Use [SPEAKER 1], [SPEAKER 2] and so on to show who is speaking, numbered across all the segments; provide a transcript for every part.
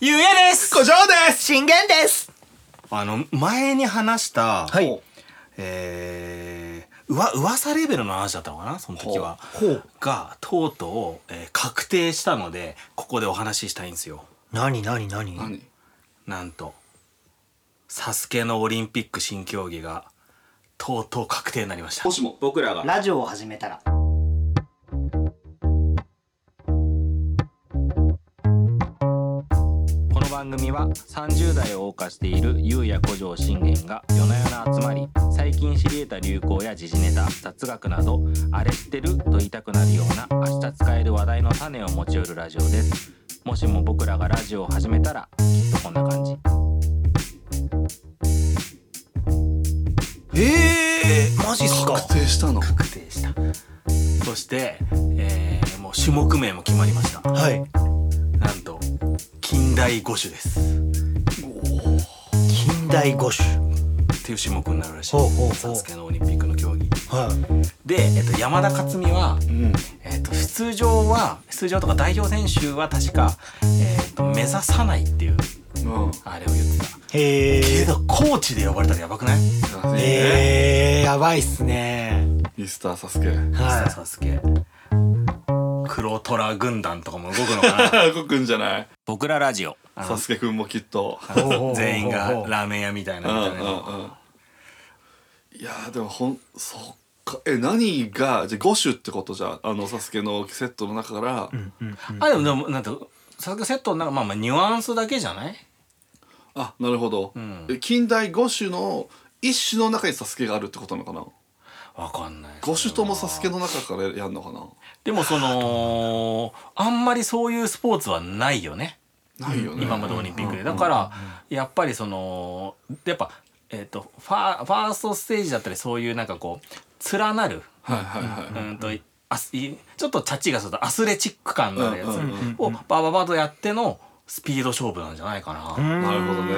[SPEAKER 1] ゆうやです
[SPEAKER 2] 故障です
[SPEAKER 3] 信玄です
[SPEAKER 1] あの、前に話した、
[SPEAKER 3] はい
[SPEAKER 1] えー、うわ、噂レベルの話だったのかなその時は。が、とうとう、えー確定したので、ここでお話ししたいんですよ。
[SPEAKER 3] 何何何
[SPEAKER 2] 何
[SPEAKER 1] なんと、サスケのオリンピック新競技が、とうとう確定になりました。
[SPEAKER 2] もしも
[SPEAKER 1] 僕らが
[SPEAKER 3] ラジオを始めたら
[SPEAKER 4] この番組は30代を謳歌しているゆうや古城信玄が夜な夜な集まり最近知り得た流行や時事ネタ雑学などあれ知ってると言いたくなるような明日使える話題の種を持ち寄るラジオですもしも僕らがラジオを始めたらきっとこんな感じ
[SPEAKER 3] ええマジっすか
[SPEAKER 2] 確定したの
[SPEAKER 1] 確定した。そして、えー、もう種目名も決まりました。
[SPEAKER 3] はい
[SPEAKER 1] なんと、近代五種です。
[SPEAKER 3] 近代五種
[SPEAKER 1] っていう種目になるらしい
[SPEAKER 3] ほうほうほ
[SPEAKER 1] で
[SPEAKER 3] う
[SPEAKER 1] す。サスケのオリンピックの競技。
[SPEAKER 3] はい
[SPEAKER 1] で、えっと、山田勝美は、
[SPEAKER 2] うん
[SPEAKER 1] えっと、出場は出場とか代表選手は確か、えっと目指さないっていう
[SPEAKER 2] うん
[SPEAKER 1] あれを言ってた
[SPEAKER 3] へ
[SPEAKER 1] け
[SPEAKER 3] え
[SPEAKER 1] どコーチで呼ばれたらやばくない
[SPEAKER 2] え
[SPEAKER 3] ええやばいっすね
[SPEAKER 2] ミスターサスケ
[SPEAKER 1] 実際
[SPEAKER 3] は
[SPEAKER 1] サスケ黒虎軍団とかも動くのか な
[SPEAKER 2] こくんじゃない
[SPEAKER 4] 僕らラジオ
[SPEAKER 1] あの
[SPEAKER 2] サスケくんもきっと
[SPEAKER 1] あの
[SPEAKER 3] ほうほうほうほう
[SPEAKER 1] 全員がラーメン屋みたいな
[SPEAKER 2] うんうん
[SPEAKER 1] み
[SPEAKER 2] う
[SPEAKER 1] たいなん
[SPEAKER 2] いやーでもほんそっかえ何がじゃあ5種ってことじゃんあのサスケのセットの中から、
[SPEAKER 3] いうんうん
[SPEAKER 1] あでもでもなんてサスケセットの中まあまあニュアンスだけじゃない
[SPEAKER 2] あなるほど、
[SPEAKER 1] ん
[SPEAKER 2] え近代5種の一種の中にサスケがあるってことなのかな
[SPEAKER 1] わかんない
[SPEAKER 2] 5種ともサスケの中からやんのか
[SPEAKER 1] でもそのあんまりそういうスポーツはないよね
[SPEAKER 2] なないよね
[SPEAKER 1] 今までオリンピックで、
[SPEAKER 2] うん
[SPEAKER 1] だからやっぱりそのやっぱ、えっとファーファーストステージだったりそういうなんかこう連なる、
[SPEAKER 2] はいはいはい、
[SPEAKER 1] うんとあすいちょっとチャチがするとアスレチック感のあるやつ
[SPEAKER 2] うんうんうん
[SPEAKER 1] をバババとやってのスピード勝負なんじゃないかな、
[SPEAKER 2] なるほどね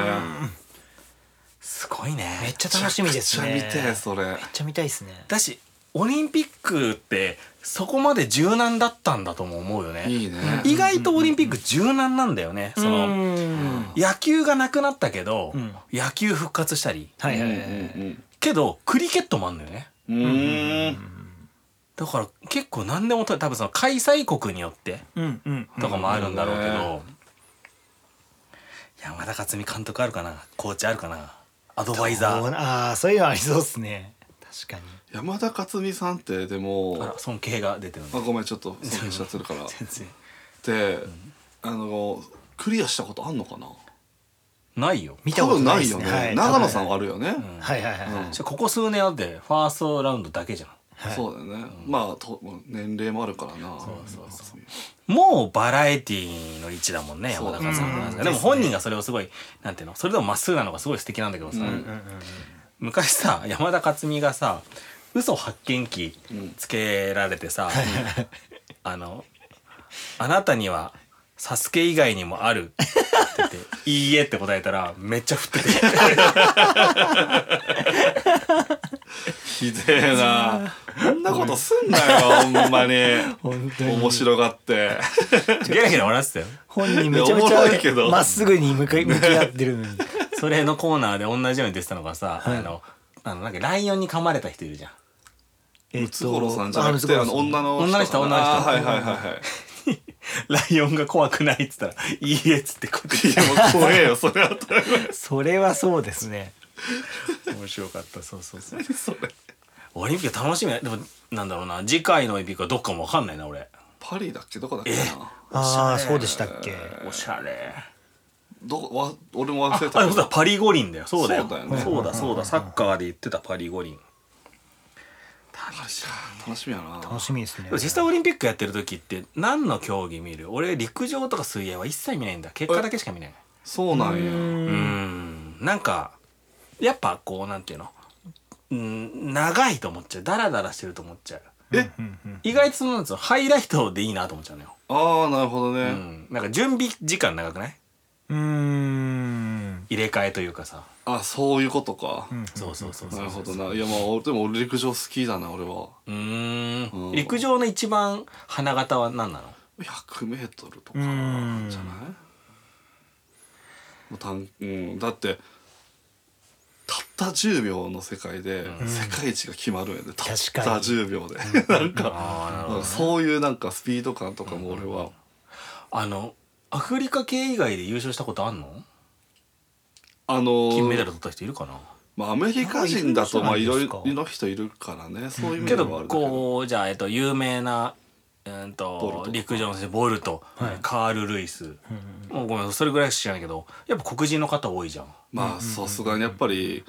[SPEAKER 1] すごいね
[SPEAKER 3] めっちゃ楽しみですね
[SPEAKER 2] めちゃくちゃ見てえそれ
[SPEAKER 3] めっちゃ見たいっすね
[SPEAKER 1] だしオリンピックってそこまで柔軟だったんだとも思うよね
[SPEAKER 2] いいね
[SPEAKER 1] 意外とオリンピック柔軟なんだよね、その、
[SPEAKER 3] うん
[SPEAKER 1] 野球がなくなったけど、
[SPEAKER 3] うん
[SPEAKER 1] 野球復活したり
[SPEAKER 3] はいはいはいは
[SPEAKER 2] う
[SPEAKER 3] い
[SPEAKER 2] ん
[SPEAKER 1] けどクリケットもあんのよね
[SPEAKER 2] うんうんうん
[SPEAKER 1] だから結構何でもと多分その開催国によって
[SPEAKER 3] うんうん
[SPEAKER 1] とかもあるんだろうけど、
[SPEAKER 2] なるほど
[SPEAKER 1] 山田勝美監督あるかなコーチあるかなアドバイザ
[SPEAKER 3] どう
[SPEAKER 1] ー
[SPEAKER 3] なあーそういうのありそうっすね確かに
[SPEAKER 2] 山田勝美さんってでも
[SPEAKER 1] あら尊敬が出てる
[SPEAKER 2] あ
[SPEAKER 1] の
[SPEAKER 2] ごめんちょっと尊敬しちゃって るから
[SPEAKER 1] 全然
[SPEAKER 2] で、あのクリアしたことあんのかな
[SPEAKER 1] ないよ、
[SPEAKER 3] 見た
[SPEAKER 2] 多
[SPEAKER 3] こと
[SPEAKER 2] 分
[SPEAKER 3] な
[SPEAKER 2] な
[SPEAKER 3] っ
[SPEAKER 2] いい
[SPEAKER 3] す
[SPEAKER 2] よ
[SPEAKER 3] ね
[SPEAKER 2] ね、
[SPEAKER 3] はい
[SPEAKER 2] 長野さん
[SPEAKER 3] は
[SPEAKER 2] はあるよね、
[SPEAKER 1] うん
[SPEAKER 3] はいはいはいはい
[SPEAKER 2] うん
[SPEAKER 1] じゃあここ数年あってファーストラウンドだけじゃん
[SPEAKER 3] はい
[SPEAKER 2] そうだよね、まあと年齢もあるからなそう
[SPEAKER 1] そうそもうバラエティの位置だもんね
[SPEAKER 2] そう
[SPEAKER 1] 山田勝美なんて
[SPEAKER 3] うん
[SPEAKER 1] でも本人がそれをすごいなんていうのそれでもまっすぐなのがすごい素敵なんだけどさ、
[SPEAKER 2] うん
[SPEAKER 3] うんうんうん
[SPEAKER 1] 昔さ山田勝美がさ嘘発見器つけられてさ、あの「あなたにはサスケ以外にもある」って言って「 いいえ」って答えたらめ っちゃ振ってて
[SPEAKER 2] ひでえなこんなことすんなよほんまに
[SPEAKER 3] 本当に
[SPEAKER 2] 面白がって
[SPEAKER 1] ゲラゲラ笑ってたよ
[SPEAKER 3] 本人めちゃめち
[SPEAKER 2] いやおもろいけ
[SPEAKER 3] ゃ
[SPEAKER 2] ど
[SPEAKER 3] まっすぐに向かい向き合ってるのに
[SPEAKER 1] それのコーナーで同じように出てたのがさ、あのあのなんかライオンに噛まれた人いるじゃん
[SPEAKER 3] えっ
[SPEAKER 2] ムツゴロウさんじゃ
[SPEAKER 3] あ
[SPEAKER 2] なくてあ
[SPEAKER 3] ムツゴロウさ
[SPEAKER 2] の
[SPEAKER 3] ん
[SPEAKER 2] 女の
[SPEAKER 1] 女の人女の人
[SPEAKER 2] あーはいはいはいはい
[SPEAKER 1] ライオンが怖くないっつったら「いいえ」っつってこうやって
[SPEAKER 2] いやもう怖えよそれは
[SPEAKER 3] それはそうですね
[SPEAKER 1] 面白かったそうそうそうオリンピック楽しみだでもなんだろうな次回のオリンピックはどっかも分かんないな俺
[SPEAKER 2] パリだっけどこだっけな
[SPEAKER 3] ああそうでしたっけ
[SPEAKER 1] おしゃれ
[SPEAKER 2] どわ俺も
[SPEAKER 1] あ
[SPEAKER 2] 忘れた
[SPEAKER 1] あそうだパリ五輪だよそうだよ
[SPEAKER 2] そうだよね
[SPEAKER 1] そうだそうだサッカーで言ってたパリ五輪
[SPEAKER 2] パリか楽しみやな
[SPEAKER 3] 楽しみですね
[SPEAKER 1] でも実際オリンピックやってる時って何の競技見る俺陸上とか水泳は一切見ないんだ結果だけしか見ない
[SPEAKER 2] そうなん
[SPEAKER 3] う
[SPEAKER 2] や
[SPEAKER 1] うんんなんかやっぱこうなんていうのうん長いと思っちゃうダラダラしてると思っちゃう
[SPEAKER 2] え
[SPEAKER 3] うんうん
[SPEAKER 1] 意外とそのなんつうのハイライトでいいなと思っちゃうのよ
[SPEAKER 2] ああなるほど
[SPEAKER 1] う
[SPEAKER 2] ね
[SPEAKER 1] んなんか準備時間長くないう
[SPEAKER 3] ーん
[SPEAKER 1] 入れ替えというかさ、
[SPEAKER 2] あそういうことか
[SPEAKER 3] うん
[SPEAKER 1] そうそうそうそう
[SPEAKER 2] なるほどないやまあ俺でも俺陸上好きだな俺は
[SPEAKER 1] うーん
[SPEAKER 2] うん
[SPEAKER 1] 陸上の一番花形は何なの
[SPEAKER 2] 100m とか
[SPEAKER 3] う
[SPEAKER 2] じゃ
[SPEAKER 3] ん
[SPEAKER 2] ないもうたんうん、だってたった10秒の世界で世界一が決まるんやで、たっ
[SPEAKER 3] 確
[SPEAKER 2] た
[SPEAKER 3] かに
[SPEAKER 2] 10秒でなんか、
[SPEAKER 1] あーなるほ
[SPEAKER 2] う
[SPEAKER 1] ど
[SPEAKER 2] んそういうなんかスピード感とかも俺は
[SPEAKER 1] あのアフリカ系以外で優勝したことあんの
[SPEAKER 2] あのー
[SPEAKER 1] 金メダル取った人いるかな
[SPEAKER 2] まあ、アメリカ人だとまあい
[SPEAKER 3] いるん
[SPEAKER 2] ろ
[SPEAKER 3] じゃないです
[SPEAKER 2] い
[SPEAKER 3] か
[SPEAKER 2] ろの人いるからねそういう意
[SPEAKER 1] け
[SPEAKER 2] 味で
[SPEAKER 1] ど
[SPEAKER 2] もあるけど
[SPEAKER 1] こうじゃあ、えっと、有名な、えー、
[SPEAKER 2] ボルト
[SPEAKER 1] と
[SPEAKER 2] とか
[SPEAKER 1] 陸上の選手ボルト、
[SPEAKER 3] はい
[SPEAKER 1] カール・ルイス、もうごめんそれぐらいしか知らないけどやっぱ黒人の方多いじゃん。
[SPEAKER 2] まあさすがにやっぱり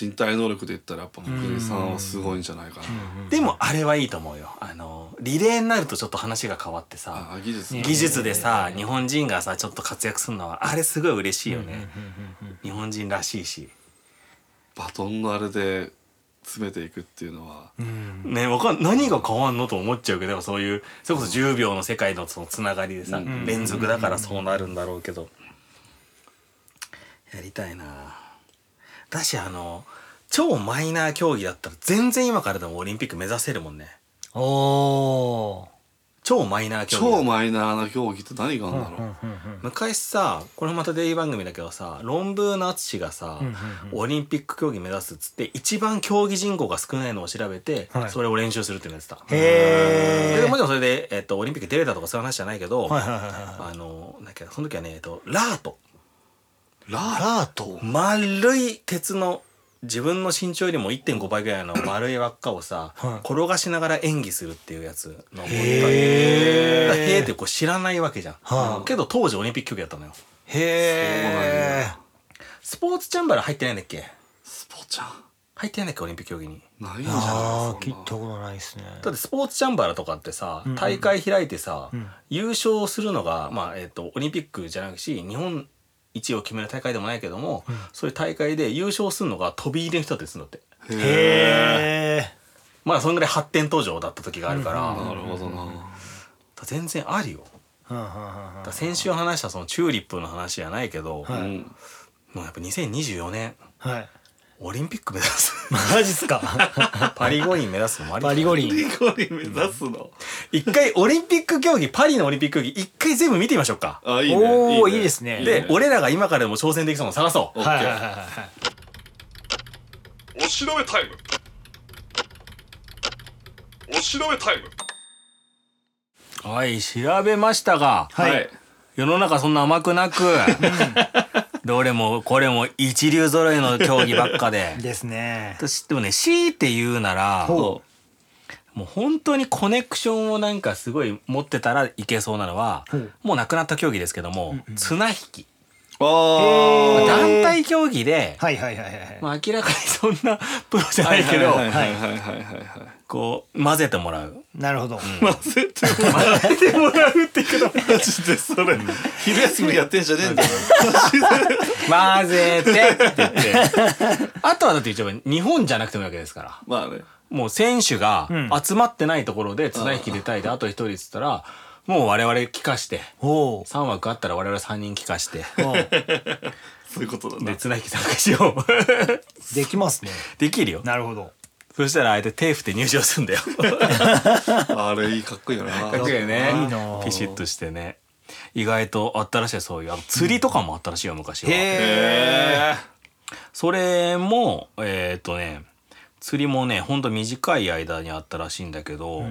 [SPEAKER 2] 身体能力で言ったらやっぱ黒人さんはすごいんじゃないかな、
[SPEAKER 1] でもあれはいいと思うよあのリレーになるとちょっと話が変わってさ
[SPEAKER 2] あ技術ね
[SPEAKER 1] 技術でさ日本人がさちょっと活躍するのはあれすごい嬉しいよね日本人らしいし
[SPEAKER 2] バトンのあれで詰めていくっていうのは、
[SPEAKER 1] ねわかん何が変わんのと思っちゃうけどでもそういうそれこそ10秒の世界のそのつながりでさ
[SPEAKER 2] うん
[SPEAKER 1] 連続だからそうなるんだろうけどやりたいなだしあの超マイナー競技だったら全然今からでもオリンピック目指せるもんね
[SPEAKER 3] おお
[SPEAKER 1] 超マイナー競技だ
[SPEAKER 2] 超マイナーな競技って何があるんだろう、
[SPEAKER 1] 昔さこれまたデイリー番組だけどさ論文の淳がさ、
[SPEAKER 3] うんうんうん
[SPEAKER 1] オリンピック競技目指すっつって一番競技人口が少ないのを調べて、
[SPEAKER 3] はい
[SPEAKER 1] それを練習するっていうのやってた。
[SPEAKER 3] へえ
[SPEAKER 1] でもちろんそれで、えっと、オリンピック出れたとかそういう話じゃないけど、
[SPEAKER 3] はいはいはいは
[SPEAKER 1] あのなんだっけその時はね、えっと、ラート
[SPEAKER 2] ラ
[SPEAKER 3] い
[SPEAKER 2] ー
[SPEAKER 3] ラート
[SPEAKER 1] 丸い鉄の自分の身長よりも1.5倍ぐらいの丸い輪っかをさ、
[SPEAKER 3] はい
[SPEAKER 1] 転がしながら演技するっていうやつの
[SPEAKER 3] へー
[SPEAKER 1] だからへーってこう知らないわけじゃん、
[SPEAKER 3] はあ
[SPEAKER 1] けど当時オリンピック競技だったのよ
[SPEAKER 3] へえ
[SPEAKER 1] スポーツチャンバラ入ってないんだっけ
[SPEAKER 2] スポちゃん
[SPEAKER 1] 入ってないんだっけオリンピック競技に
[SPEAKER 2] ないんじゃない
[SPEAKER 3] ああ
[SPEAKER 2] そ
[SPEAKER 3] 聞
[SPEAKER 2] ん
[SPEAKER 3] い
[SPEAKER 2] な
[SPEAKER 3] たことないですね
[SPEAKER 1] だってスポーツチャンバラとかってさ
[SPEAKER 3] うんうん
[SPEAKER 1] 大会開いてさ、
[SPEAKER 3] うん
[SPEAKER 1] 優勝するのが、まあえっとオリンピックじゃなくし日本一を決める大会でもないけども、
[SPEAKER 3] うん
[SPEAKER 1] そういう大会で優勝するのが飛び入りの人だったりするんだって
[SPEAKER 2] へえ
[SPEAKER 3] へえ
[SPEAKER 1] まあそんぐらい発展途上だった時があるから,、
[SPEAKER 2] なるほどな、
[SPEAKER 1] 全然あるよだから先週話したそのチューリップの話じゃないけど、
[SPEAKER 3] は
[SPEAKER 2] う
[SPEAKER 3] い
[SPEAKER 2] ん、
[SPEAKER 1] もうやっぱ2024年
[SPEAKER 3] はい
[SPEAKER 1] オリンピック目指 す
[SPEAKER 3] マジっすか
[SPEAKER 1] パリ五輪目指すのもあり
[SPEAKER 3] パリ五
[SPEAKER 1] 輪
[SPEAKER 3] 輪
[SPEAKER 2] ゴリ目指すの、
[SPEAKER 1] 一回オリンピック競技パリのオリンピック競技一回全部見てみましょうか
[SPEAKER 2] あいいね
[SPEAKER 3] おーいいですね
[SPEAKER 1] で、俺らが今からでも挑戦できそうなの探そう。
[SPEAKER 2] オッケ
[SPEAKER 3] はいはい
[SPEAKER 2] ー
[SPEAKER 3] はいはい
[SPEAKER 2] おしどめタイムおしどめタイム
[SPEAKER 1] はい、調べましたが、
[SPEAKER 2] はい、
[SPEAKER 1] 世の中そんな甘くな く、どれもこれも一流揃いの競技ばっかで。
[SPEAKER 3] ですね
[SPEAKER 1] 私でもね、強いて言うなら、
[SPEAKER 2] ほ
[SPEAKER 1] もう本当にコネクションをなんかすごい持ってたらいけそうなのは、もうなくなった競技ですけども、綱引き。
[SPEAKER 2] う
[SPEAKER 3] へ
[SPEAKER 2] あ
[SPEAKER 3] ー
[SPEAKER 2] ー
[SPEAKER 1] 団体競技で、
[SPEAKER 3] はいはいはいはい
[SPEAKER 1] まあ明らかにそんなプロじゃないけど、
[SPEAKER 2] はいはいはいはいはいはいはい
[SPEAKER 1] こう混ぜてもらう。
[SPEAKER 3] なるほど
[SPEAKER 2] 混ぜてもらうマジでそれ昼休みやってんじゃねえんだよ
[SPEAKER 1] 混ぜてって言って。あとはだって一応日本じゃなくてもいいわけですから。
[SPEAKER 2] まあね
[SPEAKER 1] もう選手が
[SPEAKER 3] ん
[SPEAKER 1] 集まってないところで綱引き出たいであと一人っつったら、もう我々帰化して、
[SPEAKER 3] お
[SPEAKER 1] 3枠あったら我々3人帰化して、
[SPEAKER 3] お
[SPEAKER 2] そういうことだ
[SPEAKER 1] で、
[SPEAKER 2] ね
[SPEAKER 1] 綱引き参加しよう。
[SPEAKER 3] できますね
[SPEAKER 1] できるよ。
[SPEAKER 3] なるほど
[SPEAKER 1] そしたら相手手振って入場するんだよ。
[SPEAKER 2] あれいいかっこいいよな
[SPEAKER 1] かっこいいよ ね
[SPEAKER 3] いいなあ
[SPEAKER 1] ピシッとしてね。意外とあったらしいよそういう。あの釣りとかもあったらしいよ、昔は。
[SPEAKER 2] へ
[SPEAKER 1] それもえーっとね釣りもねほんと短い間にあったらしいんだけど、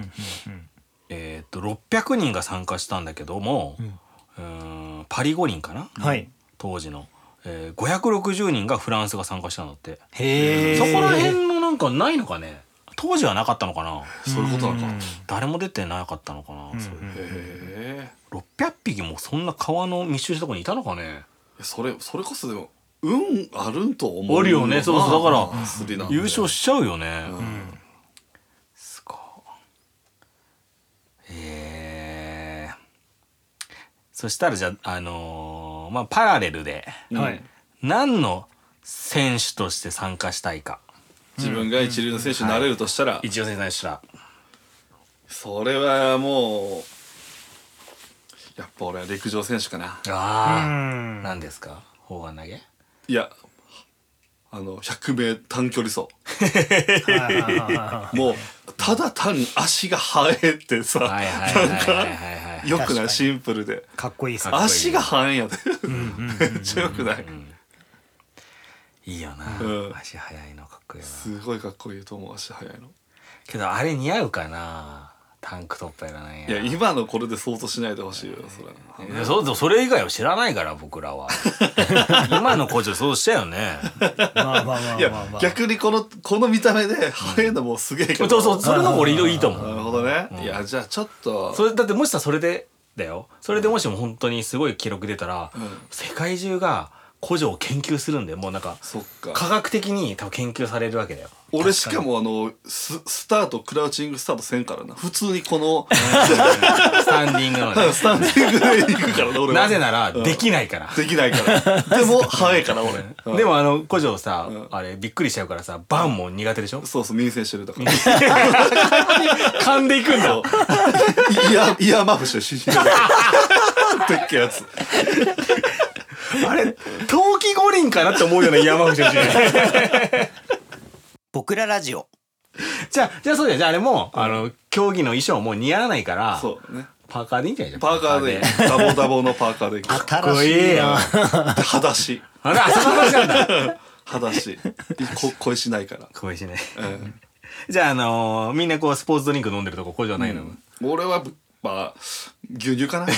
[SPEAKER 1] えーっと600人が参加したんだけども、うーんパリ五輪かな、
[SPEAKER 3] はい
[SPEAKER 1] 当時の、えー、560人がフランスが参加したんだって
[SPEAKER 3] へえ
[SPEAKER 1] そこら辺のなんかないのかね当時はなかったのかな
[SPEAKER 2] えそういうことなのか
[SPEAKER 1] 誰も出てなかったのかな、そういう
[SPEAKER 2] へ
[SPEAKER 1] 600匹もそんな川の密集したとこにいたのかね
[SPEAKER 2] えそれそれこそでも運あるんと思う
[SPEAKER 1] あるよねそうそうだから
[SPEAKER 2] まあ釣りなんて
[SPEAKER 1] 優勝しちゃうよね、
[SPEAKER 2] うん
[SPEAKER 1] すごいえー、そしたらじゃあ、あのーまあパラレルで
[SPEAKER 3] はい
[SPEAKER 1] 何の選手として参加したいか
[SPEAKER 2] 自分が一流の選手になれるとしたら
[SPEAKER 1] 一応選手した
[SPEAKER 2] それはもうやっぱ俺は陸上選手かな
[SPEAKER 1] ら
[SPEAKER 3] う
[SPEAKER 1] ああ
[SPEAKER 3] ん
[SPEAKER 1] 何ですか砲丸投げ
[SPEAKER 2] いやあの100名短距離走
[SPEAKER 3] はいはいはいはい
[SPEAKER 2] もうただ単に足が速えってさ、
[SPEAKER 1] はいはいはいはいはいはいはい
[SPEAKER 2] よく
[SPEAKER 3] 確か
[SPEAKER 2] ない
[SPEAKER 3] に
[SPEAKER 2] シンプルで
[SPEAKER 3] かっこいいですね
[SPEAKER 1] あ
[SPEAKER 2] 足が半やでめっちゃよくない
[SPEAKER 1] いいよな、
[SPEAKER 2] うん
[SPEAKER 1] 足速いのかっこいいよな
[SPEAKER 2] すごいかっこいいと思う足速いの
[SPEAKER 1] けどあれ似合うかなタンクトップやらない
[SPEAKER 2] いや今のこれで想像しないでほしいよそれ
[SPEAKER 1] いやそうそれ以外は知らないから僕 らは今の校長そうしたよね
[SPEAKER 3] まあまあまあ
[SPEAKER 2] いや、
[SPEAKER 3] まあまあ
[SPEAKER 2] 逆にこのこの見た目で速いのもすげえけ
[SPEAKER 1] そう
[SPEAKER 2] ど
[SPEAKER 1] そうそれの方が俺色いいと思
[SPEAKER 2] な
[SPEAKER 1] う
[SPEAKER 2] るほどね、
[SPEAKER 1] うん
[SPEAKER 2] いやじゃあちょっと
[SPEAKER 1] それだってもしさそれでだよそれでもしも本当にすごい記録出たら、
[SPEAKER 2] うん
[SPEAKER 1] 世界中が古城を研究するんだよもうなんか
[SPEAKER 2] そっか
[SPEAKER 1] 科学的に多分研究されるわけ だよ
[SPEAKER 2] 俺しかもあのススタートクラウチングスタートせんからな普通にこの
[SPEAKER 1] スタンディングのね
[SPEAKER 2] スタンディングで行くからな俺は
[SPEAKER 1] なぜなら
[SPEAKER 2] うん
[SPEAKER 1] できないから、
[SPEAKER 2] できないからで も速いから俺、うん
[SPEAKER 1] でもあの古城さ、
[SPEAKER 2] うん
[SPEAKER 1] あれびっくりしちゃうからさバンも苦手でし ょ
[SPEAKER 2] そうそう民生してるだから
[SPEAKER 1] 噛んでいくんだ
[SPEAKER 2] そういやいやマフして死にでっけえやつ
[SPEAKER 1] あれ冬季五輪かなって思うような山口選手
[SPEAKER 5] 僕らラジオ
[SPEAKER 1] じゃあじゃあそうだよじゃああれも、あの競技の衣装もう似合わないから
[SPEAKER 2] そうね
[SPEAKER 1] パーカーでいいんじゃない
[SPEAKER 2] パーカーでダボダボのパーカーで行く
[SPEAKER 1] かっこいいな
[SPEAKER 2] 裸足
[SPEAKER 1] あれあそこ話なん だ
[SPEAKER 2] 裸足こ恋しないから、
[SPEAKER 1] ごめんしね
[SPEAKER 2] うん
[SPEAKER 1] じゃああのーみんなこうスポーツドリンク飲んでるとここじゃないの、
[SPEAKER 2] 俺はまあ牛乳かな
[SPEAKER 1] か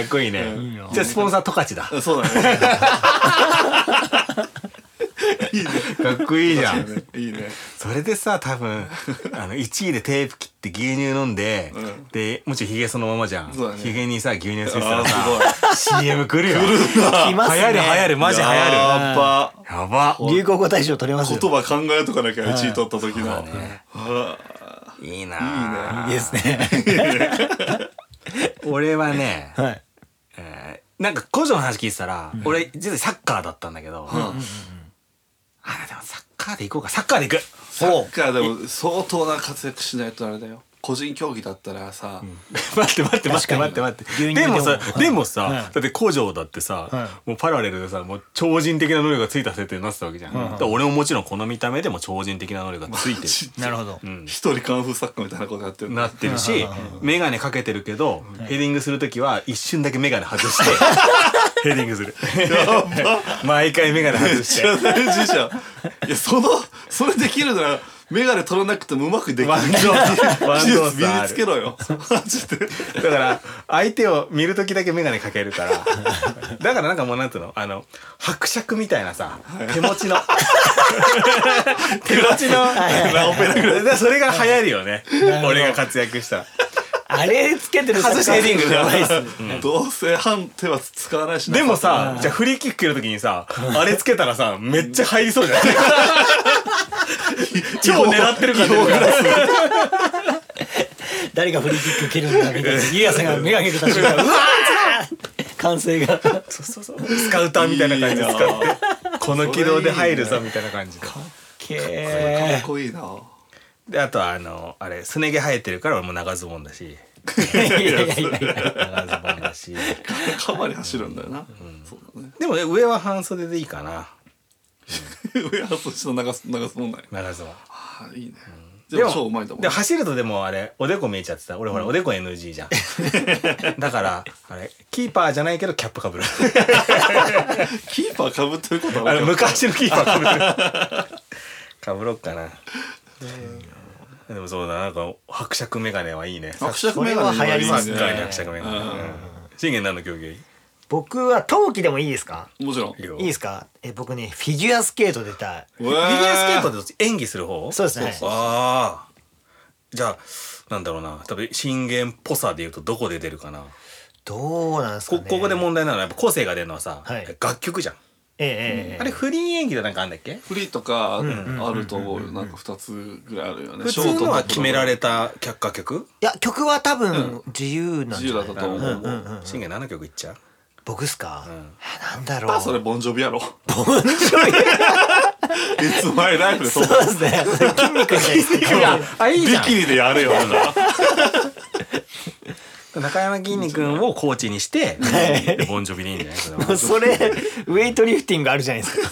[SPEAKER 1] っこいいね、
[SPEAKER 2] うん
[SPEAKER 3] いな
[SPEAKER 1] じゃあスポンサー十勝だ
[SPEAKER 2] そうだね
[SPEAKER 1] かっこいいじゃん
[SPEAKER 2] いいね
[SPEAKER 1] それでさ多分あの1位でテープ切って牛乳飲んで、
[SPEAKER 2] うん
[SPEAKER 1] でもちろんヒゲそのままじゃん、
[SPEAKER 2] そうだね
[SPEAKER 1] ヒゲにさ牛乳吸ってた
[SPEAKER 2] あ
[SPEAKER 1] ら
[SPEAKER 2] ーすごい
[SPEAKER 1] さ CM 来るよ
[SPEAKER 3] 来ますね
[SPEAKER 1] 流行る流行るマジ流行る
[SPEAKER 2] やっぱ
[SPEAKER 1] やば
[SPEAKER 3] 流行語大賞取れますよ
[SPEAKER 2] 言葉考えとかなきゃ1位取った時の、
[SPEAKER 1] そうだね
[SPEAKER 2] あ
[SPEAKER 1] いいない
[SPEAKER 3] いですね
[SPEAKER 1] 俺はね、
[SPEAKER 3] はい
[SPEAKER 1] えーなんか個人の話聞いてたら、俺実はサッカーだったんだけど、あでもサッカーで行こうかサッカーで行く
[SPEAKER 2] サッカーでも相当な活躍しないとあれだよ個人競技だったらさ、
[SPEAKER 1] 待って待って待って
[SPEAKER 3] 確
[SPEAKER 1] 待って
[SPEAKER 3] かに
[SPEAKER 1] 待っ
[SPEAKER 3] 牛
[SPEAKER 1] て
[SPEAKER 3] 乳
[SPEAKER 1] で
[SPEAKER 3] でも
[SPEAKER 1] もさ
[SPEAKER 3] はい
[SPEAKER 1] でもさ、
[SPEAKER 3] はい
[SPEAKER 1] だって工場だってさ、
[SPEAKER 3] は
[SPEAKER 1] もうパラレルでさもう超人的な能力がついた設定になってたわけじゃん、
[SPEAKER 3] はいはい
[SPEAKER 1] だから俺ももちろんこの見た目でも超人的な能力がついてる、
[SPEAKER 3] なるほど
[SPEAKER 1] うん、
[SPEAKER 2] 一人カンフーサッカーみたいなことやってる
[SPEAKER 1] なってるし
[SPEAKER 3] はいはいはい
[SPEAKER 1] 眼鏡かけてるけど、ヘディングする時は一瞬だけ眼鏡外して ヘディングする毎回眼鏡外し
[SPEAKER 2] じゃ
[SPEAKER 1] て
[SPEAKER 2] あ大事じゃんいやそのそれできるなら眼鏡取らなくてもうまくできる
[SPEAKER 1] ワンドースワンドース
[SPEAKER 2] 技術身につけろよマジで
[SPEAKER 1] だから相手を見る時だけ眼鏡かけるからだからなんかもうなんていうのあの伯爵みたいなさ手持 ちの手持ちのでそれが流行るよね俺が活躍したら
[SPEAKER 3] あれつけてる
[SPEAKER 1] 外してヘディング
[SPEAKER 3] やばいっすね
[SPEAKER 2] どうせ判定は使わないしな
[SPEAKER 1] でもさじゃあフリーキック蹴る時にさあれつけたらさめっちゃ入りそう じゃない超狙ってる感じ
[SPEAKER 2] 違法グラ
[SPEAKER 3] 誰がフリーキック蹴るんだみたいな家康が目がけてた瞬間うわー歓声が
[SPEAKER 1] スカウターみたいな感じで使って
[SPEAKER 2] いい
[SPEAKER 1] この軌道で入るぞみたいな感じで
[SPEAKER 2] なか
[SPEAKER 3] け
[SPEAKER 2] っこいいな
[SPEAKER 1] であとはあのあれすね毛生えてるから俺も長ズボンだし
[SPEAKER 3] ーいやいやいやいや
[SPEAKER 1] 長ズボンだし
[SPEAKER 2] かなり走るんだよな、そうだね
[SPEAKER 1] でもね上は半袖でいいかな
[SPEAKER 2] 上半そした流す流すもんない
[SPEAKER 1] 長ズボン
[SPEAKER 2] あいいね、でも超うまいと思う
[SPEAKER 1] でも走るとでもあれおでこ見えちゃってた俺ほらおでこ NG じゃん だからあれキーパーじゃないけどキャップかぶる
[SPEAKER 2] キーパーかぶってること
[SPEAKER 1] あ
[SPEAKER 2] あ
[SPEAKER 1] れ
[SPEAKER 2] る
[SPEAKER 1] 昔のキーパーかぶる かぶろっかなでもそうだなんか伯爵眼鏡はいいね
[SPEAKER 2] 伯爵メガネ
[SPEAKER 3] これは流行り
[SPEAKER 1] サ
[SPEAKER 3] ま
[SPEAKER 1] ッ
[SPEAKER 3] すね
[SPEAKER 1] カーに伯爵眼鏡
[SPEAKER 2] うん
[SPEAKER 1] うん信玄何の競技
[SPEAKER 3] 僕は陶器でもいいですか
[SPEAKER 2] もちろん
[SPEAKER 1] いいよ
[SPEAKER 3] いいですかえ僕ねフィギュアスケート出たい
[SPEAKER 2] フ
[SPEAKER 1] フィギュアスケート
[SPEAKER 2] で
[SPEAKER 1] でどっち演技する方
[SPEAKER 3] そうですね
[SPEAKER 1] そうああじゃあなんだろうな多分信玄っぽさで言うとどこで出るかな
[SPEAKER 3] どうなんですか
[SPEAKER 1] こ
[SPEAKER 3] ね
[SPEAKER 1] ここで問題なのはやっぱ個性が出るのはさ、
[SPEAKER 3] はい
[SPEAKER 1] 楽曲じゃん、
[SPEAKER 3] ええええええ
[SPEAKER 1] あれフリー演技でなんかあんだっけ
[SPEAKER 2] フリーとかあると思うよなんか2つぐらいあるよね
[SPEAKER 1] 普
[SPEAKER 2] ショー
[SPEAKER 1] 通
[SPEAKER 2] ト
[SPEAKER 1] の
[SPEAKER 2] と
[SPEAKER 1] は決められた却下曲
[SPEAKER 3] いや曲は多分自由なんじ
[SPEAKER 2] 自
[SPEAKER 3] ゃ
[SPEAKER 2] 由
[SPEAKER 3] な
[SPEAKER 2] だ
[SPEAKER 3] い
[SPEAKER 2] ったと思う、
[SPEAKER 3] んうんうん
[SPEAKER 1] 信玄7曲いっちゃう
[SPEAKER 3] 僕っすか、
[SPEAKER 1] ん
[SPEAKER 3] えなんだろ
[SPEAKER 2] ま
[SPEAKER 3] う
[SPEAKER 2] あそれボンジョビやろ It's my life でそ
[SPEAKER 3] そううですね筋肉で
[SPEAKER 1] あい
[SPEAKER 2] ビキニでやれよな
[SPEAKER 1] 中山きんに君をコーチにして、でボンジョビでいいんじゃないそれ
[SPEAKER 3] も
[SPEAKER 1] は
[SPEAKER 3] うそれウェイトリフティングあるじゃないですか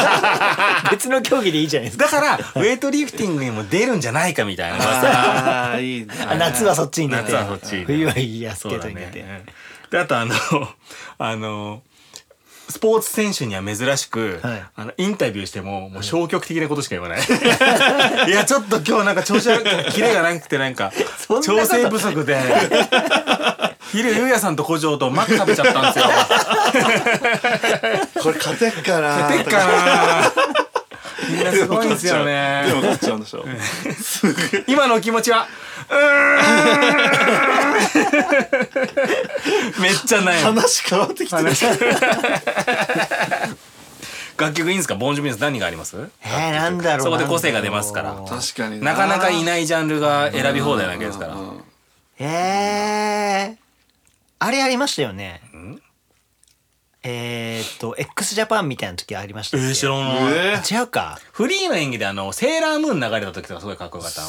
[SPEAKER 3] 別の競技でいいじゃないですか
[SPEAKER 1] だからウェイトリフティングにも出るんじゃないかみたいな噂
[SPEAKER 2] ああいいね
[SPEAKER 3] あ夏はそっちに出て
[SPEAKER 1] 夏はそっちに
[SPEAKER 3] 冬はいやスケ
[SPEAKER 1] そう
[SPEAKER 3] ー
[SPEAKER 1] だ
[SPEAKER 3] トに
[SPEAKER 1] ね
[SPEAKER 3] 出て、
[SPEAKER 1] うんであとあの あのスポーツ選手には珍しく、
[SPEAKER 3] はい
[SPEAKER 1] あのインタビューしてももう消極的なことしか言わない、 い、やちょっと今日なんか調子がキレがなくてなん か
[SPEAKER 3] そんなこと
[SPEAKER 1] 調整不足で 昼ゆうやさんと古城とマック食べちゃったん ですよ
[SPEAKER 2] これ勝てっかな
[SPEAKER 1] 勝てっかなみんなすごいんですよね
[SPEAKER 2] でも勝っちゃうんでしょ
[SPEAKER 1] 今のお気持ちはう ーんめっちゃ悩む
[SPEAKER 2] 話変わってきてる
[SPEAKER 1] 楽曲いいんですかボンジョビンス何があります
[SPEAKER 3] えー、なんだろう
[SPEAKER 1] そこで個性が出ますから
[SPEAKER 3] なんだろう
[SPEAKER 2] 確かに
[SPEAKER 1] なかなかい
[SPEAKER 2] い
[SPEAKER 1] ないジャンルが選び放題なわけですから
[SPEAKER 3] えー、あれありましたよねえー、っと x ジャパンみたいな時ありましたっけ
[SPEAKER 2] えー
[SPEAKER 3] 違うか
[SPEAKER 1] フリーの演技であのセーラームーン流れた時とかすごいかっこよかった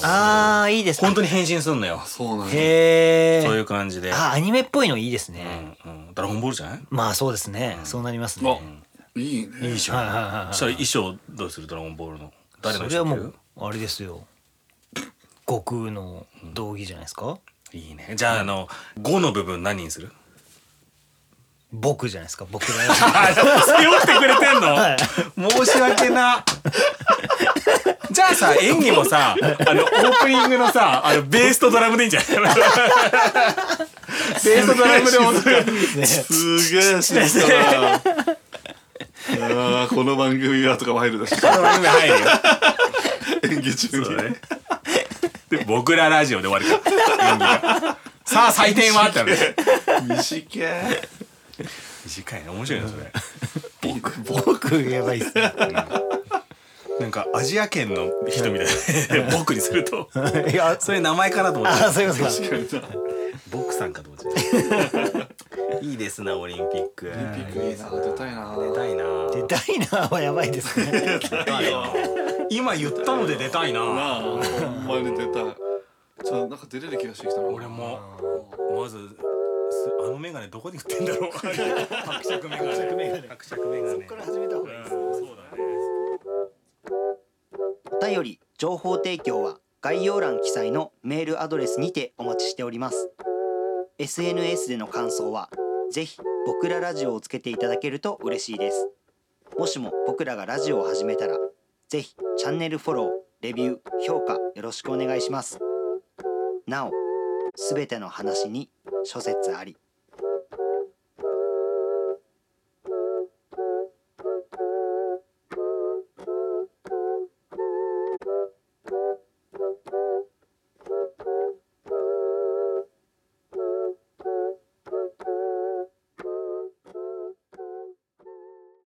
[SPEAKER 3] あーいいですね
[SPEAKER 1] 本当に変身すんのよ
[SPEAKER 2] そうなんだ
[SPEAKER 3] へえ
[SPEAKER 1] そういう感じで
[SPEAKER 3] あアニメっぽいのいいです
[SPEAKER 1] う
[SPEAKER 3] ね、
[SPEAKER 1] んうんドラゴンボールじゃない
[SPEAKER 3] まあそうですね、そうなりますね
[SPEAKER 2] あいいね
[SPEAKER 1] いいじ
[SPEAKER 3] はいはい
[SPEAKER 1] ゃん
[SPEAKER 3] はいは
[SPEAKER 1] そ
[SPEAKER 3] い
[SPEAKER 1] したら衣装どうするドラゴンボールの誰
[SPEAKER 3] そ
[SPEAKER 1] の衣
[SPEAKER 3] れは
[SPEAKER 1] 装
[SPEAKER 3] も
[SPEAKER 1] 着る
[SPEAKER 3] うあれですよ悟空の道着じゃないですか、
[SPEAKER 1] いいねじゃああの5の部分何にする
[SPEAKER 3] 僕じゃないですか僕の
[SPEAKER 1] あでも背負ってくれてんの
[SPEAKER 3] はい
[SPEAKER 1] 申し訳な。じゃあさ、演技もさ、あの、オープニングのさ、あの、ベースとドラムでいいんじゃない ベースとドラムで踊る。
[SPEAKER 2] すげえ静かなあーこの番組はとかも入るだし
[SPEAKER 1] ドラムが入るよ。
[SPEAKER 2] 演技中
[SPEAKER 1] そう
[SPEAKER 2] に
[SPEAKER 1] だね。 で、僕らラジオで終わるから。演技がさあ、採点はってなる。
[SPEAKER 2] 短い
[SPEAKER 1] 短いね。面白いね、それ。
[SPEAKER 3] 僕やばいっすね
[SPEAKER 1] なんか、アジア圏の人みたいな。 僕にすると。
[SPEAKER 3] いや
[SPEAKER 1] そういう名前かなと思っ
[SPEAKER 3] あ
[SPEAKER 1] て。
[SPEAKER 3] そういうことか
[SPEAKER 1] 僕さんかと思っちゃういいですな、オリンピック。
[SPEAKER 2] いいな出たいな
[SPEAKER 1] 出たいな。
[SPEAKER 3] でダイナーはやばいですね
[SPEAKER 1] 今言ったので出たいな。
[SPEAKER 2] あーほんまに出たいちょなんか出れる気がしてきたな
[SPEAKER 1] 俺もまずすあのメガネどこで売ってんだろ う。伯爵メガネ。伯爵メガネ。
[SPEAKER 3] これ 始めた方がいいです
[SPEAKER 1] そうだね。
[SPEAKER 5] お便り情報提供は概要欄記載のメールアドレスにてお待ちしております SNS での感想はぜひ僕らラジオをつけていただけると嬉しいですもしも僕らがラジオを始めたらぜひチャンネルフォローレビュー評価よろしくお願いしますなおすべての話に諸説あり